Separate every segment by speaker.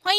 Speaker 1: 欢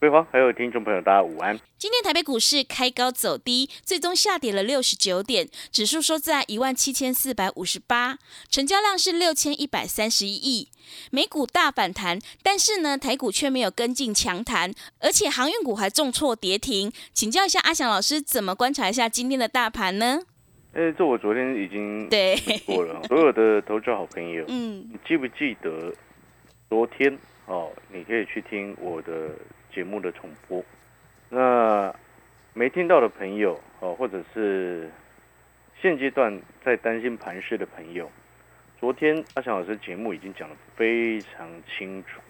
Speaker 2: 桂花，还有听众朋友，大家午安。
Speaker 1: 今天台北股市开高走低，最终下跌了六十九点，指数收在一万七千四百五十八，成交量是六千一百三十一亿。美股大反弹，但是呢，台股却没有跟进强弹，而且航运股还重挫跌停。请教一下阿翔老师，怎么观察一下今天的大盘呢？
Speaker 2: 呃，这我昨天已经
Speaker 1: 对，
Speaker 2: 过了，所有的投资好朋友，
Speaker 1: 嗯，
Speaker 2: 你记不记得昨天哦？你可以去听我的节目的重播。那没听到的朋友哦，或者是现阶段在担心盘势的朋友，昨天阿翔老师节目已经讲得非常清楚。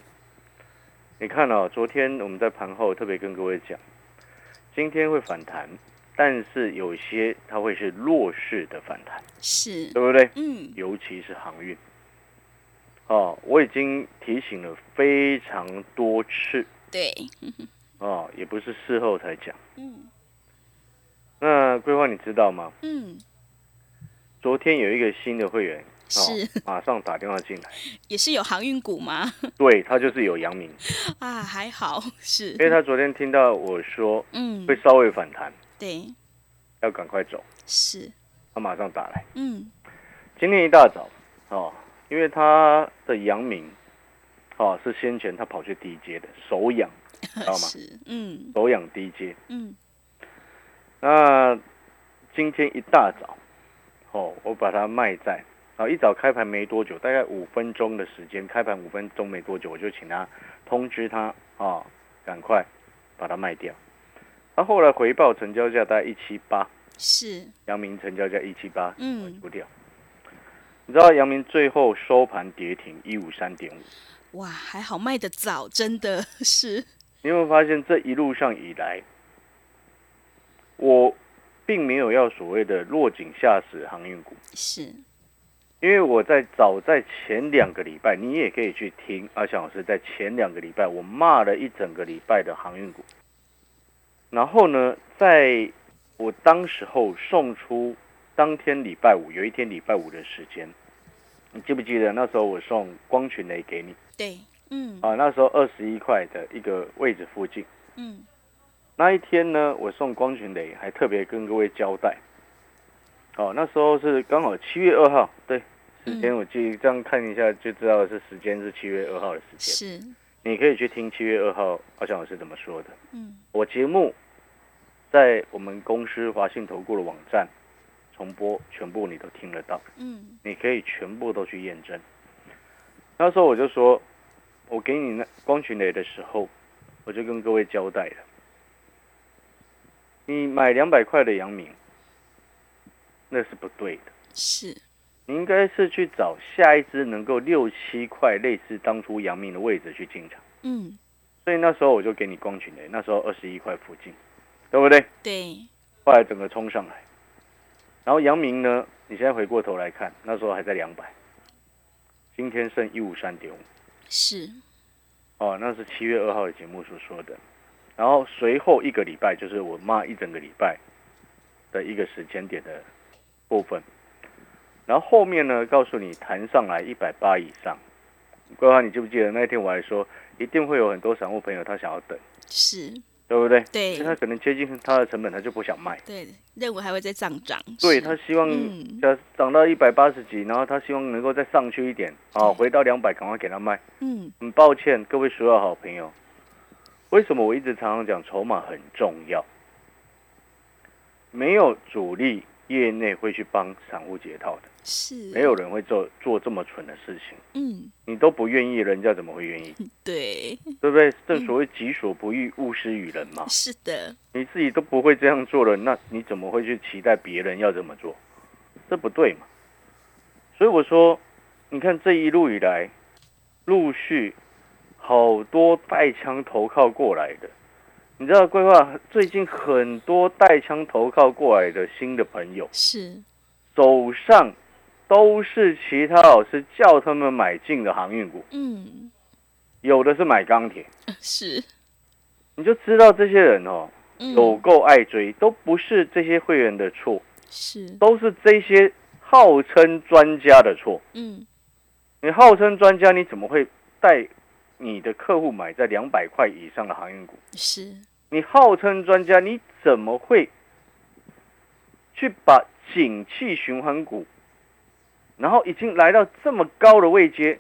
Speaker 2: 你看哦，昨天我们在盘后特别跟各位讲，今天会反弹，但是有些它会是弱势的反弹，
Speaker 1: 是，
Speaker 2: 对不对？
Speaker 1: 嗯，
Speaker 2: 尤其是航运。哦，我已经提醒了非常多次
Speaker 1: 对，
Speaker 2: 哦，也不是事后才讲。
Speaker 1: 嗯
Speaker 2: 那桂花，你知道吗？
Speaker 1: 嗯，
Speaker 2: 昨天有一个新的会员，哦
Speaker 1: 是，
Speaker 2: 马上打电话进来，
Speaker 1: 也是有航运股吗？
Speaker 2: 对他就是有阳明，
Speaker 1: 啊，还好，是，
Speaker 2: 因为他昨天听到我说
Speaker 1: 嗯，
Speaker 2: 会稍微反弹，
Speaker 1: 对，
Speaker 2: 要赶快走，
Speaker 1: 是，
Speaker 2: 他马上打来。
Speaker 1: 嗯，
Speaker 2: 今天一大早，哦，因为他的阳明，哦，是先前他跑去低阶的，手痒，知道吗
Speaker 1: 是，嗯
Speaker 2: 手痒低阶，
Speaker 1: 嗯，
Speaker 2: 那今天一大早，哦，我把它卖在，啊，一早开盘没多久，大概五分钟的时间，开盘五分钟没多久，我就请他通知他啊、哦赶快把它卖掉。他、后来回报成交价大概一七八，
Speaker 1: 是，
Speaker 2: 阳明成交价一七八，
Speaker 1: 嗯，
Speaker 2: 不掉。你知道阳明最后收盘跌停一五三点五，
Speaker 1: 哇，还好卖得早，真的 是，
Speaker 2: 你有没有发现这一路上以来，我并没有要所谓的落井下石航运股。
Speaker 1: 是，
Speaker 2: 因为我在早在前两个礼拜，你也可以去听阿翔老师在前两个礼拜，我骂了一整个礼拜的航运股。然后呢，在我当时候送出当天礼拜五，有一天礼拜五的时间，你记不记得那时候我送光群雷给你
Speaker 1: 对，嗯
Speaker 2: 啊？那时候二十一块的一个位置附近，
Speaker 1: 嗯，
Speaker 2: 那一天呢，我送光群雷还特别跟各位交代。哦，那时候是刚好七月二号，对，时间
Speaker 1: 嗯
Speaker 2: 我记这样看一下就知道是时间是七月二号的时间。
Speaker 1: 是，
Speaker 2: 你可以去听七月二号阿翔老师怎么说的。
Speaker 1: 嗯
Speaker 2: 我节目在我们公司华信投顾的网站重播，全部你都听得到，
Speaker 1: 嗯，
Speaker 2: 你可以全部都去验证。那时候我就说，我给你那光群雷的时候，我就跟各位交代了，你买两百块的阳明，那是不对的。
Speaker 1: 是，
Speaker 2: 你应该是去找下一只能够六七块类似当初阳明的位置去进场。
Speaker 1: 嗯，
Speaker 2: 所以那时候我就给你光群雷，那时候二十一块附近，对不对？
Speaker 1: 对，
Speaker 2: 后来整个冲上来，然后阳明呢，你现在回过头来看，那时候还在两百，今天剩一五三点五，
Speaker 1: 是，
Speaker 2: 哦，那是七月二号的节目所说的。然后随后一个礼拜，就是我骂一整个礼拜的一个时间点的部分。然后后面呢，告诉你弹上来一百八以上。桂花，你记不记得那天我还说，一定会有很多散户朋友他想要等，
Speaker 1: 是，
Speaker 2: 对不对？
Speaker 1: 对
Speaker 2: 因为他可能接近他的成本，他就不想卖。
Speaker 1: 对，认为还会再上涨，
Speaker 2: 对
Speaker 1: 是
Speaker 2: 他希望
Speaker 1: 嗯
Speaker 2: 要涨到一百八十几，然后他希望能够再上去一点，啊，
Speaker 1: 对
Speaker 2: 回到两百，赶快给他卖。
Speaker 1: 嗯，
Speaker 2: 很抱歉，各位所有好朋友，为什么我一直常常讲筹码很重要？没有主力业内会去帮散户解套的，
Speaker 1: 是，
Speaker 2: 没有，人会做做这么蠢的事情。
Speaker 1: 嗯，
Speaker 2: 你都不愿意，人家怎么会愿意？
Speaker 1: 对，
Speaker 2: 对不对？
Speaker 1: 嗯
Speaker 2: 正所谓己所不欲，勿施于人嘛。
Speaker 1: 是的，
Speaker 2: 你自己都不会这样做了，那你怎么会去期待别人要这么做？这不对嘛？所以我说，你看这一路以来，陆续好多带枪投靠过来的，你知道规划最近很多带枪投靠过来的新的朋友，
Speaker 1: 是
Speaker 2: 手上都是其他老师叫他们买进的航运股，
Speaker 1: 嗯
Speaker 2: 有的是买钢铁，
Speaker 1: 是
Speaker 2: 你就知道这些人哦
Speaker 1: 嗯
Speaker 2: 有够爱追，都不是这些会员的错，
Speaker 1: 是
Speaker 2: 都是这些号称专家的错。
Speaker 1: 嗯
Speaker 2: 你号称专家，你怎么会带你的客户买在两百块以上的航运股？
Speaker 1: 是
Speaker 2: 你号称专家，你怎么会去把景气循环股，然后已经来到这么高的位阶，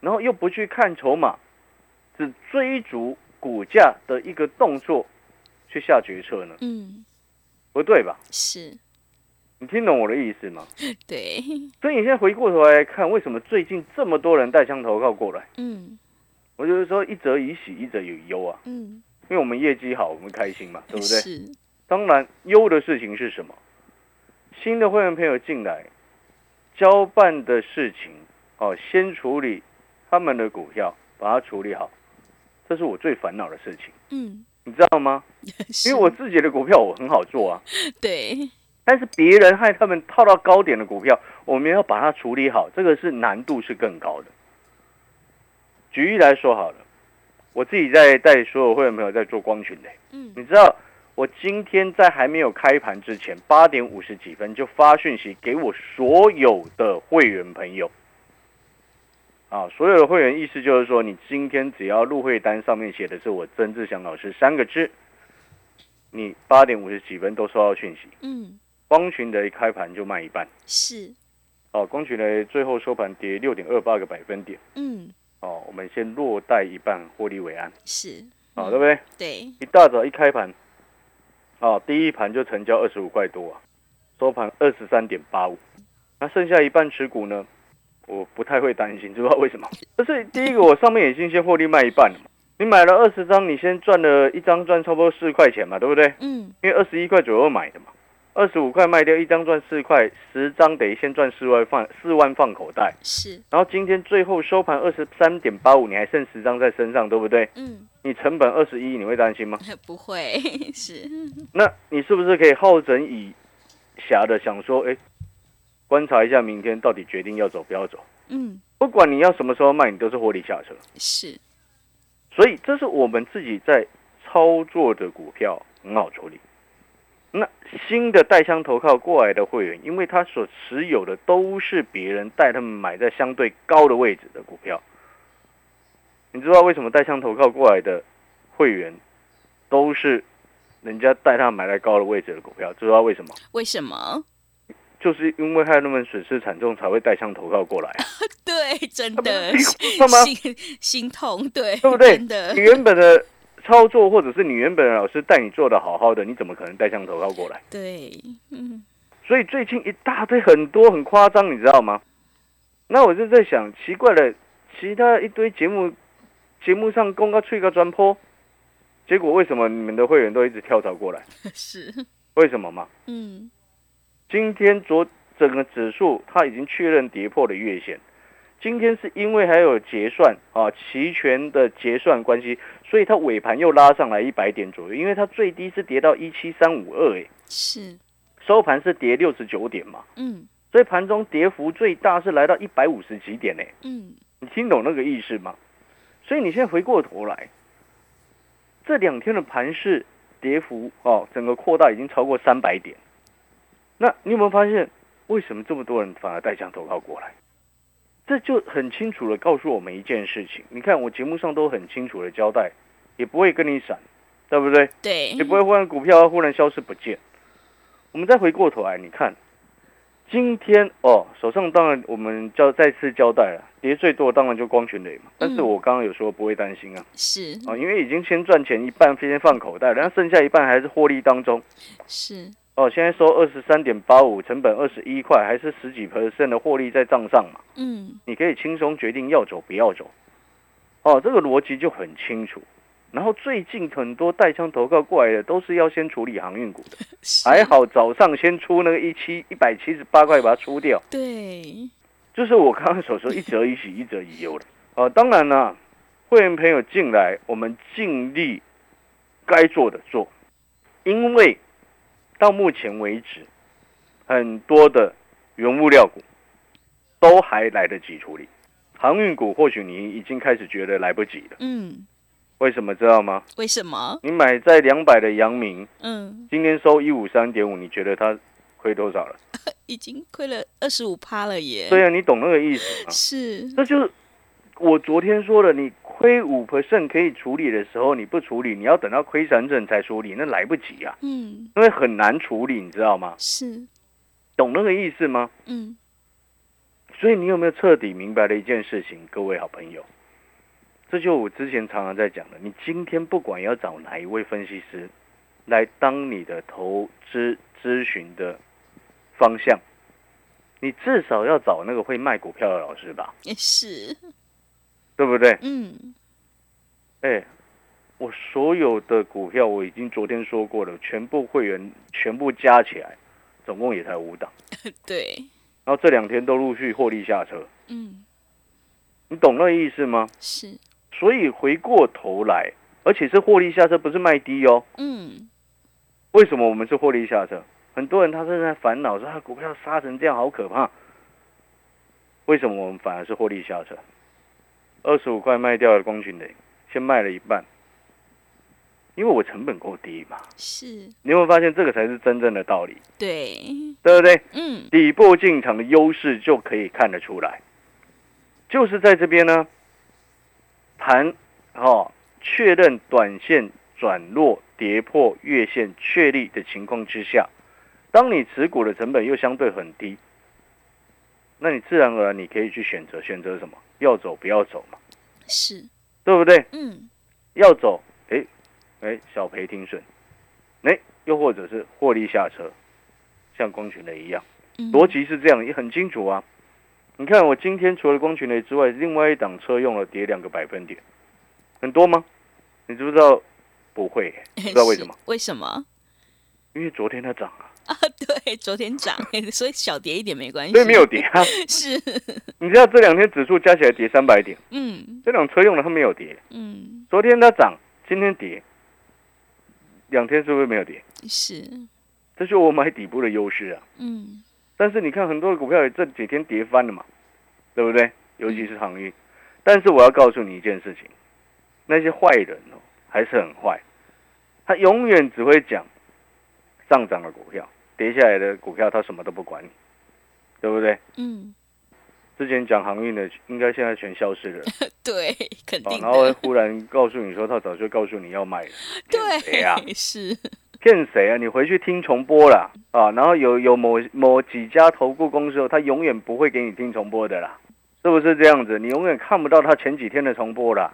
Speaker 2: 然后又不去看筹码，只追逐股价的一个动作去下决策呢？
Speaker 1: 嗯
Speaker 2: 不对吧？
Speaker 1: 是
Speaker 2: 你听懂我的意思吗？
Speaker 1: 对
Speaker 2: 所以你现在回过头来看，为什么最近这么多人带枪投靠过来？
Speaker 1: 嗯
Speaker 2: 我就是说，一则以喜，一则以忧啊。
Speaker 1: 嗯
Speaker 2: 因为我们业绩好，我们开心嘛，对不对？
Speaker 1: 是
Speaker 2: 当然，优的事情是什么？新的会员朋友进来，交办的事情哦，先处理他们的股票，把它处理好，这是我最烦恼的事情，
Speaker 1: 嗯
Speaker 2: 你知道吗？
Speaker 1: 是
Speaker 2: 因为我自己的股票我很好做啊，
Speaker 1: 对
Speaker 2: 但是别人害他们套到高点的股票，我们要把它处理好，这个是难度是更高的。举例来说好了，我自己在带所有会员朋友在做光群的。
Speaker 1: 嗯
Speaker 2: 你知道我今天在还没有开盘之前，八点五十几分就发讯息给我所有的会员朋友。啊，所有的会员意思就是说，你今天只要入会单上面写的是我曾志祥老师三个字，你八点五十几分都收到讯息。
Speaker 1: 嗯
Speaker 2: 光群的一开盘就卖一半，
Speaker 1: 是
Speaker 2: 哦、光群的最后收盘跌六点二八个百分点，
Speaker 1: 嗯
Speaker 2: 哦，我们先落袋一半获利为安，
Speaker 1: 是
Speaker 2: 啊、对不对？
Speaker 1: 对
Speaker 2: 一大早一开盘，啊，第一盘就成交二十五块多啊，收盘二十三点八五。那剩下一半持股呢，我不太会担心，知不知道为什么？就是第一个，我上面已经先获利卖一半了嘛。你买了二十张，你先赚了一张赚差不多四块钱嘛，对不对？
Speaker 1: 嗯
Speaker 2: 因为二十一块左右买的嘛，二十五块卖掉一张赚四块，十张等于先赚四万放四万放口袋。
Speaker 1: 是
Speaker 2: 然后今天最后收盘二十三点八五，你还剩十张在身上，对不对？
Speaker 1: 嗯
Speaker 2: 你成本二十一，你会担心吗？
Speaker 1: 不会是
Speaker 2: 那你是不是可以好整以暇的想说，哎，观察一下明天到底决定要走不要走？
Speaker 1: 嗯
Speaker 2: 不管你要什么时候卖，你都是获利下车。
Speaker 1: 是
Speaker 2: 所以这是我们自己在操作的股票很好处理。那新的带枪投靠过来的会员，因为他所持有的都是别人带他们买在相对高的位置的股票，你知道为什么带枪投靠过来的会员都是人家带他买在高的位置的股票？知道为什么？
Speaker 1: 为什么？
Speaker 2: 就是因为害他们损失惨重，才会带枪投靠过来。啊
Speaker 1: 对，真 的
Speaker 2: 干 嘛
Speaker 1: 心心痛，对，
Speaker 2: 对不对
Speaker 1: 真的
Speaker 2: 你原本的操作，或者是你原本的老师带你做的好好的，你怎么可能带枪投靠过来？
Speaker 1: 对，嗯
Speaker 2: 所以最近一大堆很多很夸张，你知道吗？那我就在想，奇怪了，其他一堆节目节目上公告吹个专坡，结果为什么你们的会员都一直跳槽过来？
Speaker 1: 是
Speaker 2: 为什么嘛？
Speaker 1: 嗯
Speaker 2: 今天昨整个指数它已经确认跌破了月线，今天是因为还有结算啊期权的结算关系，所以它尾盘又拉上来一百点左右，因为它最低是跌到一七三五二，哎，
Speaker 1: 是
Speaker 2: 收盘是跌六十九点嘛，
Speaker 1: 嗯
Speaker 2: 所以盘中跌幅最大是来到一百五十几点呢，哎
Speaker 1: 嗯
Speaker 2: 你听懂那个意思吗？所以你现在回过头来，这两天的盘市跌幅哦，整个扩大已经超过三百点。那你有没有发现，为什么这么多人反而带枪投靠过来？这就很清楚的告诉我们一件事情。你看我节目上都很清楚的交代，也不会跟你闪，对不对？
Speaker 1: 对
Speaker 2: 也不会忽然股票忽然消失不见。我们再回过头来，你看，今天哦，手上当然我们交再次交代了，跌最多当然就光群雷嘛。但是我刚刚有说不会担心啊，
Speaker 1: 是
Speaker 2: 啊、因为已经先赚钱一半，先放口袋了，然后剩下一半还是获利当中。
Speaker 1: 是
Speaker 2: 哦，现在收二十三点八五，成本二十一块，还是十几 percent 的获利在账上嘛？
Speaker 1: 嗯
Speaker 2: 你可以轻松决定要走不要走。哦，这个逻辑就很清楚。然后最近很多带枪投靠过来的，都是要先处理航运股的，
Speaker 1: 是
Speaker 2: 还好早上先出那个一七一百七十八块把它出掉，
Speaker 1: 对
Speaker 2: 就是我刚刚所说一则以喜，一则以忧的。呃，当然呢，会员朋友进来，我们尽力该做的做，因为到目前为止，很多的原物料股都还来得及处理，航运股或许你已经开始觉得来不及了。
Speaker 1: 嗯，
Speaker 2: 为什么知道吗？
Speaker 1: 为什么？
Speaker 2: 你买在两百的阳明，
Speaker 1: 嗯，
Speaker 2: 今天收一五三点五，你觉得它亏多少了？
Speaker 1: 已经亏了二十五趴了耶。
Speaker 2: 对啊，你懂那个意思吗？
Speaker 1: 是，
Speaker 2: 这就是我昨天说的，你亏五 percent 可以处理的时候，你不处理，你要等到亏三成才处理，那来不及啊，
Speaker 1: 嗯，
Speaker 2: 因为很难处理，你知道吗？
Speaker 1: 是，
Speaker 2: 懂那个意思吗？
Speaker 1: 嗯，
Speaker 2: 所以你有没有彻底明白的一件事情，各位好朋友？这就我之前常常在讲的，你今天不管要找哪一位分析师来当你的投资咨询的方向，你至少要找那个会卖股票的老师吧，
Speaker 1: 也是，
Speaker 2: 对不对？
Speaker 1: 嗯，
Speaker 2: 哎，我所有的股票我已经昨天说过了，全部会员全部加起来，总共也才五档，
Speaker 1: 对，
Speaker 2: 然后这两天都陆续获利下车，
Speaker 1: 嗯，
Speaker 2: 你懂那意思吗？
Speaker 1: 是，
Speaker 2: 所以回过头来，而且是获利下车，不是卖低哦。
Speaker 1: 嗯，
Speaker 2: 为什么我们是获利下车？很多人他正在烦恼说啊，股票杀成这样好可怕。为什么我们反而是获利下车？二十五块卖掉的光群的，先卖了一半，因为我成本够低嘛。
Speaker 1: 是，
Speaker 2: 你有没有发现这个才是真正的道理，
Speaker 1: 对，
Speaker 2: 对不对？
Speaker 1: 嗯，
Speaker 2: 底部进场的优势就可以看得出来，就是在这边呢，盘哦确认短线转弱、跌破月线确立的情况之下，当你持股的成本又相对很低，那你自然而然你可以去选择选择什么要走不要走嘛，
Speaker 1: 是，
Speaker 2: 对不对？
Speaker 1: 嗯，
Speaker 2: 要走，哎哎小赔停损，哎又或者是获利下车，像光群的一样。
Speaker 1: 嗯
Speaker 2: 逻，辑是这样，也很清楚啊。你看，我今天除了光群雷之外，另外一档车用了跌两个百分点，很多吗？你知不知道？不会耶，
Speaker 1: 哎
Speaker 2: 不知道为什么？
Speaker 1: 是？为什么？
Speaker 2: 因为昨天它涨啊，
Speaker 1: 啊，对，昨天涨， 所以小跌一点没关系。
Speaker 2: 所以没有跌啊。
Speaker 1: 哎是，
Speaker 2: 你知道这两天指数加起来跌三百点，
Speaker 1: 嗯
Speaker 2: 这辆车用了它没有跌，
Speaker 1: 嗯，
Speaker 2: 昨天它涨，今天跌，两天是不是没有跌？
Speaker 1: 是，
Speaker 2: 这就是我买底部的优势啊。
Speaker 1: 嗯
Speaker 2: 但是你看，很多的股票也这几天跌翻了嘛，对不对？
Speaker 1: 嗯
Speaker 2: 尤其是航运。但是我要告诉你一件事情，那些坏人哦，还是很坏，他永远只会讲上涨的股票，跌下来的股票他什么都不管你，对不对？
Speaker 1: 嗯，
Speaker 2: 之前讲航运的，应该现在全消失 了，
Speaker 1: 对，肯
Speaker 2: 哦
Speaker 1: 定
Speaker 2: 然后
Speaker 1: 的，
Speaker 2: 忽然告诉你说他早就告诉你要卖了，骗谁啊？
Speaker 1: 对，是，
Speaker 2: 骗谁啊？你回去听重播啦啊！然后有有某某几家投顾公司哦，他永远不会给你听重播的啦，是不是这样子？你永远看不到他前几天的重播啦。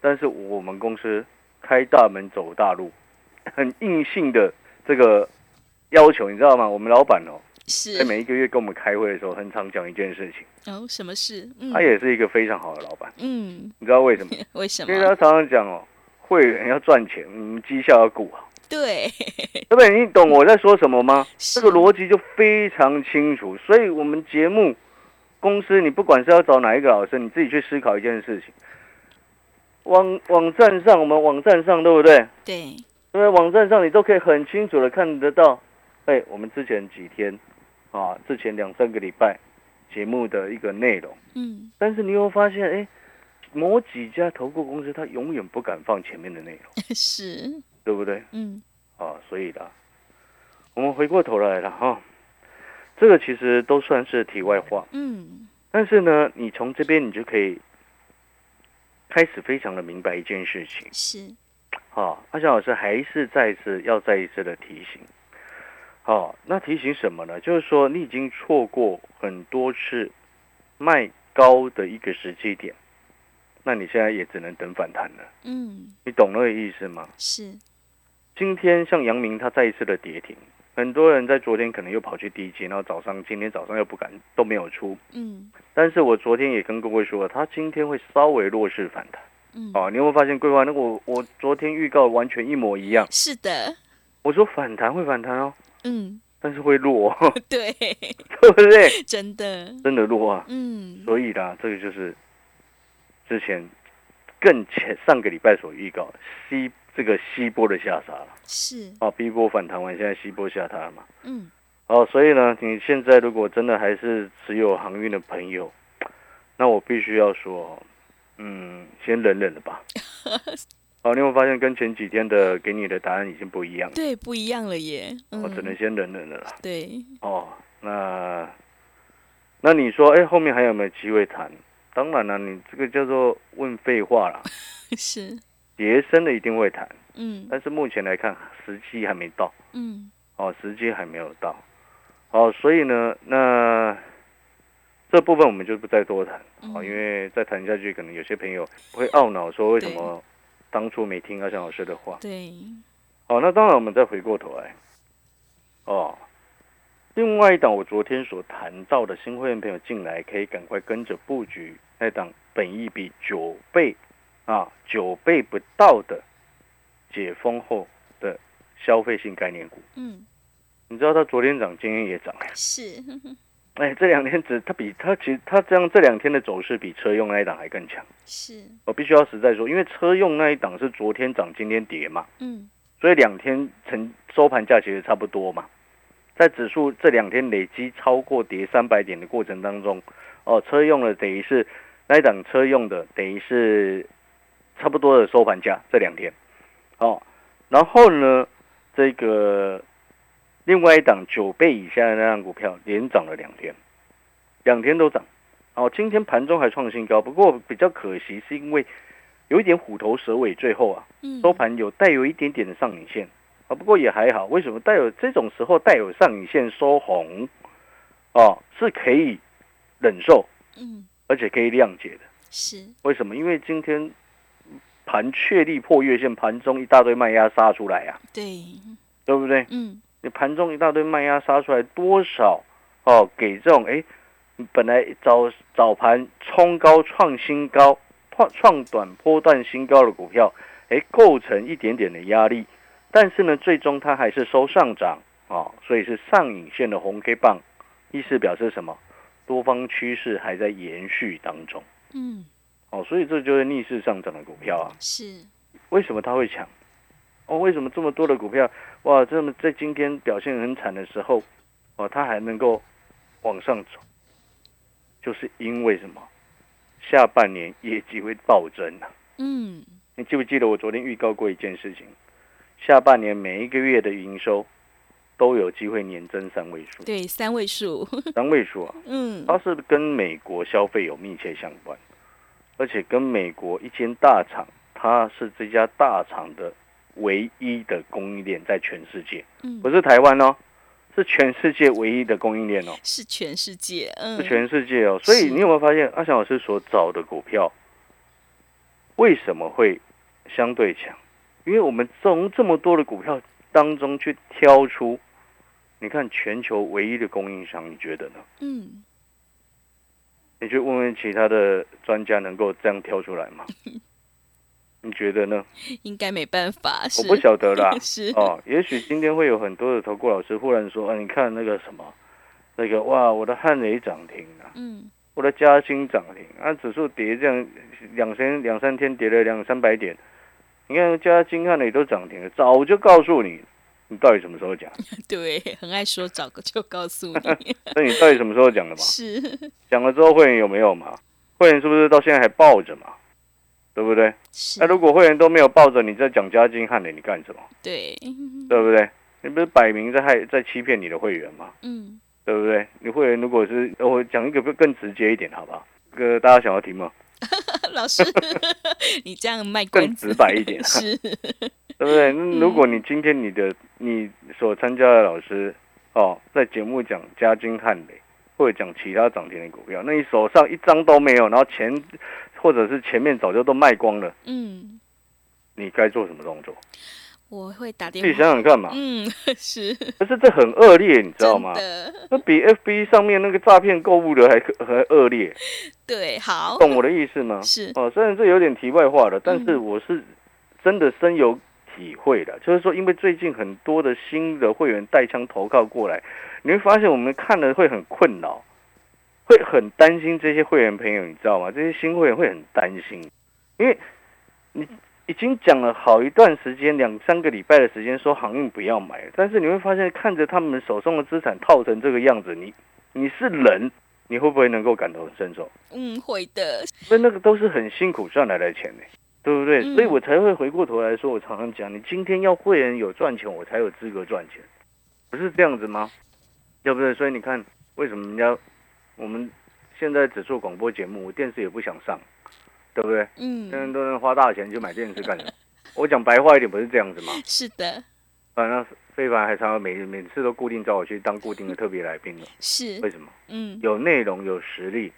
Speaker 2: 但是我们公司开大门走大路， 很硬性的这个要求，你知道吗？我们老板哦，在
Speaker 1: 是，
Speaker 2: 每一个月跟我们开会的时候，很常讲一件事情，
Speaker 1: 哦，什么事？嗯
Speaker 2: 他也是一个非常好的老板，
Speaker 1: 嗯，
Speaker 2: 你知道为什么？
Speaker 1: 为什
Speaker 2: 因为他
Speaker 1: 么？
Speaker 2: 常常讲哦，会员要赚钱，你们绩效要顾好，
Speaker 1: 对，
Speaker 2: 对不对？你懂我在说什么吗？这
Speaker 1: 这
Speaker 2: 个逻辑就非常清楚。所以我们节目公司，你不管是要找哪一个老师，你自己去思考一件事情。网网站上，我们网站上对不对？
Speaker 1: 对，
Speaker 2: 因为网站上你都可以很清楚的看得到。哎，我们之前几天啊，之前两三个礼拜节目的一个内容，
Speaker 1: 嗯，
Speaker 2: 但是你又发现，哎，某几家投顾公司他永远不敢放前面的内容，
Speaker 1: 是，
Speaker 2: 对不对？
Speaker 1: 嗯
Speaker 2: 啊，所以啦，我们回过头来了哈、这个其实都算是题外话，
Speaker 1: 嗯，
Speaker 2: 但是呢，你从这边你就可以开始非常的明白一件事情
Speaker 1: 是，
Speaker 2: 哈。阿翔老师还是再次要再一次的提醒，好、那提醒什么呢？就是说你已经错过很多次卖高的一个时机点，那你现在也只能等反弹了，
Speaker 1: 嗯
Speaker 2: 你懂那个意思吗？
Speaker 1: 是，
Speaker 2: 今天像阳明，它再一次的跌停，很多人在昨天可能又跑去低接，然后早上今天早上又不敢都没有出。
Speaker 1: 嗯
Speaker 2: 但是我昨天也跟各位说了，它今天会稍微弱势反弹。
Speaker 1: 嗯，
Speaker 2: 哦，你有没有发现桂花？那个我我昨天预告完全一模一样，
Speaker 1: 是的，
Speaker 2: 我说反弹会反弹哦，
Speaker 1: 嗯
Speaker 2: 但但是会弱、哦，
Speaker 1: 对，
Speaker 2: 对不对？
Speaker 1: 真的，
Speaker 2: 真的弱啊！
Speaker 1: 嗯，
Speaker 2: 所以啦，这个就是之前更前上个礼拜所预告 C 这个 C 波的下杀了
Speaker 1: 是，
Speaker 2: 啊，B 波反弹完，现在 C 波下塌了嘛。
Speaker 1: 嗯，
Speaker 2: 哦，所以呢，你现在如果真的还是持有航运的朋友，那我必须要说，嗯，先忍忍了吧。哦，你有没有发现跟前几天的给你的答案已经不一样了？
Speaker 1: 对，不一样了耶，嗯，
Speaker 2: 我只能先忍忍了啦。
Speaker 1: 对，
Speaker 2: 哦，那那你说，哎，后面还有没有机会谈？当然了，你这个叫做问废话啦。
Speaker 1: 是，
Speaker 2: 跌升的一定会谈，
Speaker 1: 嗯
Speaker 2: 但是目前来看，时机还没到。
Speaker 1: 嗯，
Speaker 2: 哦，时机还没有到，哦，所以呢，那这部分我们就不再多谈，哦，
Speaker 1: 嗯
Speaker 2: 因为再谈下去，可能有些朋友会懊恼说为什么当初没听阿翔老师的话。
Speaker 1: 对，
Speaker 2: 哦，那当然，我们再回过头来，哦，另外一档我昨天所谈到的新会员朋友进来，可以赶快跟着布局那档本益比九倍啊九倍不到的解封后的消费性概念股。
Speaker 1: 嗯，
Speaker 2: 你知道它昨天涨，今天也涨。
Speaker 1: 是，
Speaker 2: 哎，这两天只它比它其实它这样这两天的走势比车用那一档还更强。
Speaker 1: 是，
Speaker 2: 我必须要实在说，因为车用那一档是昨天涨，今天跌嘛，
Speaker 1: 嗯，
Speaker 2: 所以两天成收盘价其实差不多嘛。在指数这两天累积超过跌三百点的过程当中，哦，车用的等于是那一档车用的等于是差不多的收盘价这两天，哦，然后呢，这个另外一档九倍以下的那档股票连涨了两天，两天都涨，哦，今天盘中还创新高，不过比较可惜是因为有一点虎头蛇尾，最后啊，
Speaker 1: 嗯，
Speaker 2: 收盘有带有一点点的上影线啊，不过也还好。为什么带有这种时候带有上影线收红哦，是可以忍受，
Speaker 1: 嗯，
Speaker 2: 而且可以谅解的。
Speaker 1: 是，
Speaker 2: 为什么？因为今天盘确立破月线，盘中一大堆卖压杀出来呀、
Speaker 1: 对，
Speaker 2: 对不对？
Speaker 1: 嗯，
Speaker 2: 你盘中一大堆卖压杀出来，多少哦？给这种哎，本来早早盘冲高创新高，创创短波段新高的股票，哎，构成一点点的压力。但是呢，最终它还是收上涨哦，所以是上影线的红 K 棒，意思表示什么？多方趋势还在延续当中
Speaker 1: 嗯，
Speaker 2: 哦，所以这就是逆势上涨的股票啊。
Speaker 1: 是，
Speaker 2: 为什么它会强？哦，为什么这么多的股票哇，这么在今天表现很惨的时候，哦，它还能够往上走，就是因为什么？下半年业绩会暴增啊！
Speaker 1: 嗯，
Speaker 2: 你记不记得我昨天预告过一件事情？下半年每一个月的营收都有机会年增三位数，
Speaker 1: 对，三位数，
Speaker 2: 三位数啊！
Speaker 1: 嗯，
Speaker 2: 它是跟美国消费有密切相关，而且跟美国一间大厂，它是这家大厂的唯一的供应链，在全世界，
Speaker 1: 嗯
Speaker 2: 不，是台湾哦，是全世界唯一的供应链哦，
Speaker 1: 是全世界，嗯，
Speaker 2: 是全世界哦。所以
Speaker 1: 是
Speaker 2: 你有没有发现，阿翔老师所找的股票为什么会相对强？因为我们从这么多的股票当中去挑出，你看全球唯一的供应商，你觉得呢？
Speaker 1: 嗯，
Speaker 2: 你去问问其他的专家，能够这样挑出 来吗？你觉得呢？
Speaker 1: 应该没办法，
Speaker 2: 我
Speaker 1: 是，。
Speaker 2: 不晓得啦
Speaker 1: 是，
Speaker 2: 哦，也许今天会有很多的投顾老师忽然说：“啊，你看那个什么，那个哇，我的汉雷涨停了、
Speaker 1: 嗯，
Speaker 2: 我的嘉兴涨停，啊，指数跌这样两三两三天跌了两三百点，你看嘉兴、汉雷都涨停了，早就告诉你，你到底什么时候讲？
Speaker 1: 对，很爱说，找个就告诉 你，
Speaker 2: 那你到底什么时候 讲的嘛？
Speaker 1: 是
Speaker 2: 讲了之后会员有没有嘛？会员是不是到现在还抱着嘛？对不对？”
Speaker 1: 是
Speaker 2: 那，如果会员都没有抱着，你在讲加金汉的，你干什么？
Speaker 1: 对，
Speaker 2: 对不对？你不是摆明在害在欺骗你的会员吗？
Speaker 1: 嗯，
Speaker 2: 对不对？你会员如果是呃我讲一个更直接一点，好不好？这个大家想要听吗？
Speaker 1: 老 师，你这样卖
Speaker 2: 更
Speaker 1: 关子，
Speaker 2: 直白一点
Speaker 1: 是， 嗯
Speaker 2: 对不对？那如果你今天你的你所参加的老师哦，在节目讲加金汉雷，或者讲其他涨停的股票，那你手上一张都没有，然后前或者是前面早就都卖光了，
Speaker 1: 嗯，
Speaker 2: 你该做什么动作？
Speaker 1: 我会打
Speaker 2: 自己
Speaker 1: 电话，
Speaker 2: 想想看嘛。
Speaker 1: 嗯，是，知
Speaker 2: 可是这很恶劣，你知道吗？
Speaker 1: 的，
Speaker 2: 那比 FB 上面那个诈骗购物的还可还恶劣，
Speaker 1: 对，好，
Speaker 2: 懂我的意思吗？
Speaker 1: 是，
Speaker 2: 哦，虽然这有点题外话了，但是
Speaker 1: 嗯
Speaker 2: 我是真的深有体会了，就是说，因为最近很多的新的会员带枪投靠过来，你会发现我们看了会很困扰，会很担心这些会员朋友，你知道吗？这些新会员会很担心，因为你已经讲了好一段时间，两三个礼拜的时间，说航运不要买，但是你会发现，看着他们手中的资产套成这个样子，你你是人，你会不会能够感同身受？
Speaker 1: 嗯，会的，
Speaker 2: 所以那个都是很辛苦赚来的钱呢，对不对？
Speaker 1: 嗯
Speaker 2: 所以我才会回过头来说，我常常讲，你今天要会员有赚钱，我才有资格赚钱，不是这样子吗？对不对？所以你看，为什么人家我们现在只做广播节目，我电视也不想上，对不对？现在
Speaker 1: 嗯，
Speaker 2: 都能花大钱去买电视干什 么？我讲白话一点，不是这样子吗？
Speaker 1: 是的，
Speaker 2: 反正非凡还常常每每次都固定找我去当固定的特别来宾了，
Speaker 1: 是
Speaker 2: 为，什么？
Speaker 1: 嗯，
Speaker 2: 有内容、有实力，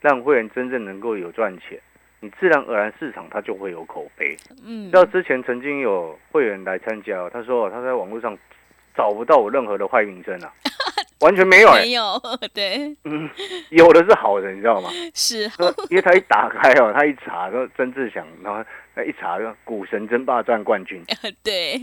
Speaker 2: 让会员真正能够有赚钱，你自然而然市场它就会有口碑。
Speaker 1: 嗯，
Speaker 2: 到之前曾经有会员来参加哦，他说哦他在网络上找不到我任何的坏名声啊，完全没有、
Speaker 1: 没
Speaker 2: 欸，
Speaker 1: 有，对，
Speaker 2: 有的是好的，你知道吗？
Speaker 1: 是，
Speaker 2: 说因为他一打开哦，他一查说曾志祥，然后他一查说股神争霸战冠军，
Speaker 1: 对，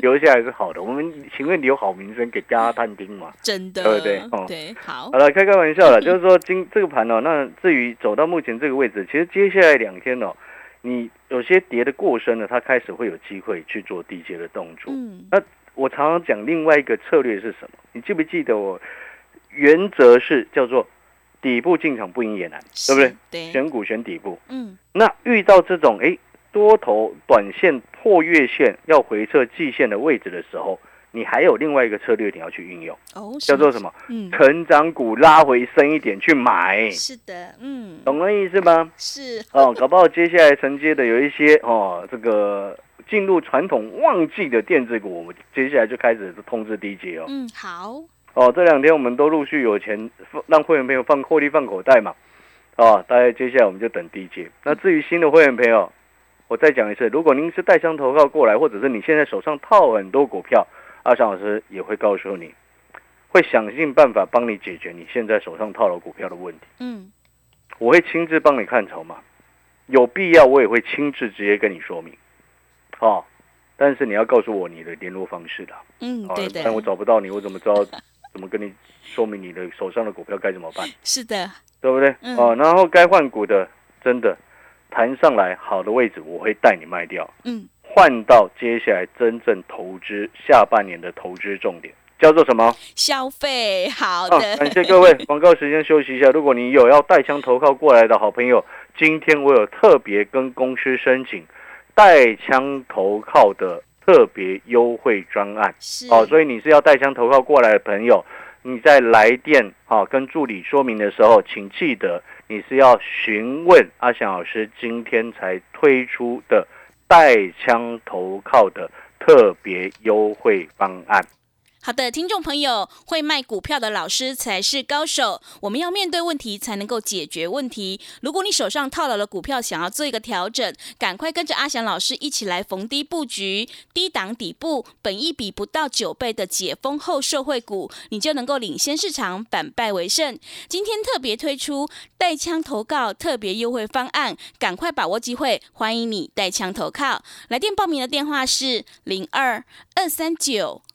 Speaker 2: 留下来是好的。我们请问你有好名声给大家探听吗？
Speaker 1: 真的，
Speaker 2: 对对哦
Speaker 1: 对，好
Speaker 2: 好，了，开开玩笑 了，就是说今这个盘哦，那至于走到目前这个位置，其实接下来两天哦，你有些跌得过深了，它开始会有机会去做低阶的动作。
Speaker 1: 嗯，
Speaker 2: 我常常讲另外一个策略是什么？你记不记得我原则是叫做底部进场不赢也难，对不对
Speaker 1: 是？？对，
Speaker 2: 选股选底部。
Speaker 1: 嗯，
Speaker 2: 那遇到这种诶多头短线破月线要回撤季线的位置的时候，你还有另外一个策略你要去运用，
Speaker 1: 哦，
Speaker 2: 叫做什么？
Speaker 1: 嗯，
Speaker 2: 成长股拉回深一点去买，
Speaker 1: 是的，嗯，
Speaker 2: 懂了意思吗？
Speaker 1: 是，
Speaker 2: 哦，搞不好接下来承接的有一些哦，这个进入传统旺季的电子股，我们接下来就开始通知低阶哦。
Speaker 1: 嗯，好，
Speaker 2: 哦，这两天我们都陆续有钱放让会员朋友放获利放口袋嘛。哦，大概接下来我们就等低阶。那至于新的会员朋友，我再讲一次，如果您是带枪投靠过来，或者是你现在手上套很多股票，阿尚老师也会告诉你，会想尽办法帮你解决你现在手上套了股票的问题。
Speaker 1: 嗯，
Speaker 2: 我会亲自帮你看筹码，有必要我也会亲自直接跟你说明，哦，但是你要告诉我你的联络方式啦，
Speaker 1: 嗯，
Speaker 2: 哦，
Speaker 1: 对
Speaker 2: 不
Speaker 1: 的
Speaker 2: 然，我找不到你，我怎么知道 怎么跟你说明你的手上的股票该怎么办，
Speaker 1: 是的，
Speaker 2: 对不对？
Speaker 1: 嗯
Speaker 2: 哦，然后该换股的，真的谈上来好的位置，我会带你卖掉，
Speaker 1: 嗯，
Speaker 2: 换到接下来真正投资下半年的投资重点。叫做什么？
Speaker 1: 消费，好
Speaker 2: 啊，
Speaker 1: 的，
Speaker 2: 感谢 各位，广告时间休息一下。如果你有要带枪投靠过来的好朋友，今天我有特别跟公司申请带枪投靠的特别优惠专案
Speaker 1: 是，
Speaker 2: 哦，所以你是要带枪投靠过来的朋友，你在来电哦跟助理说明的时候，请记得你是要询问阿翔老师今天才推出的带枪投靠的特别优惠方案。
Speaker 1: 好的，听众朋友，会卖股票的老师才是高手。我们要面对问题，才能够解决问题。如果你手上套牢了股票，想要做一个调整，赶快跟着阿翔老师一起来逢低布局，低档底部，本一比不到九倍的解封后受惠股，你就能够领先市场，反败为胜。今天特别推出带枪投靠特别优惠方案，赶快把握机会，欢迎你带枪投靠。来电报名的电话是零二二三九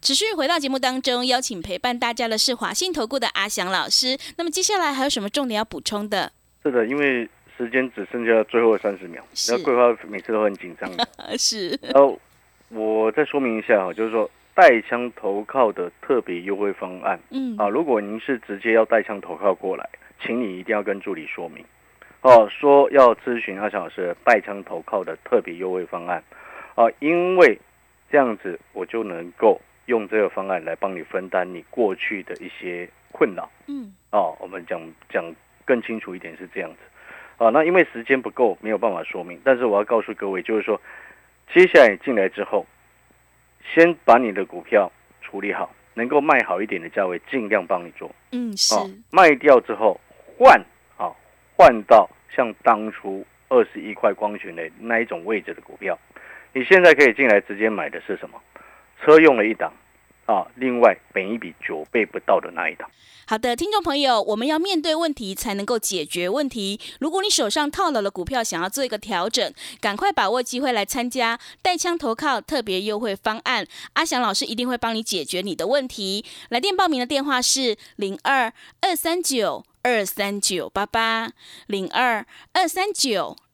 Speaker 1: 持续回到节目当中，邀请陪伴大家的是华信投顾的阿翔老师。那么接下来还有什么重点要补充的？
Speaker 2: 是的，因为时间只剩下最后三十秒，
Speaker 1: 是
Speaker 2: 那桂花每次都很紧张。啊
Speaker 1: 呃，是，
Speaker 2: 然后我再说明一下哦，就是说带枪投靠的特别优惠方案
Speaker 1: 嗯，
Speaker 2: 啊，如果您是直接要带枪投靠过来，请你一定要跟助理说明哦，说要咨询阿翔老师的带枪投靠的特别优惠方案。哦，因为这样子我就能够用这个方案来帮你分担你过去的一些困扰。
Speaker 1: 嗯
Speaker 2: 哦，我们讲讲更清楚一点是这样子。啊，那因为时间不够，没有办法说明，但是我要告诉各位，就是说，接下来进来之后，先把你的股票处理好，能够卖好一点的价位，尽量帮你做。
Speaker 1: 嗯，是，
Speaker 2: 哦，卖掉之后换啊，换到像当初二十一块光学的那一种位置的股票，你现在可以进来直接买的是什么？车用的一档啊，另外本一比九倍不到的那一档。
Speaker 1: 好的，听众朋友，我们要面对问题才能够解决问题。如果你手上套牢的股票想要做一个调整，赶快把握机会来参加带枪投靠特别优惠方案，阿翔老师一定会帮你解决你的问题。来电报名的电话是零二二三九二三九八八零二二三九。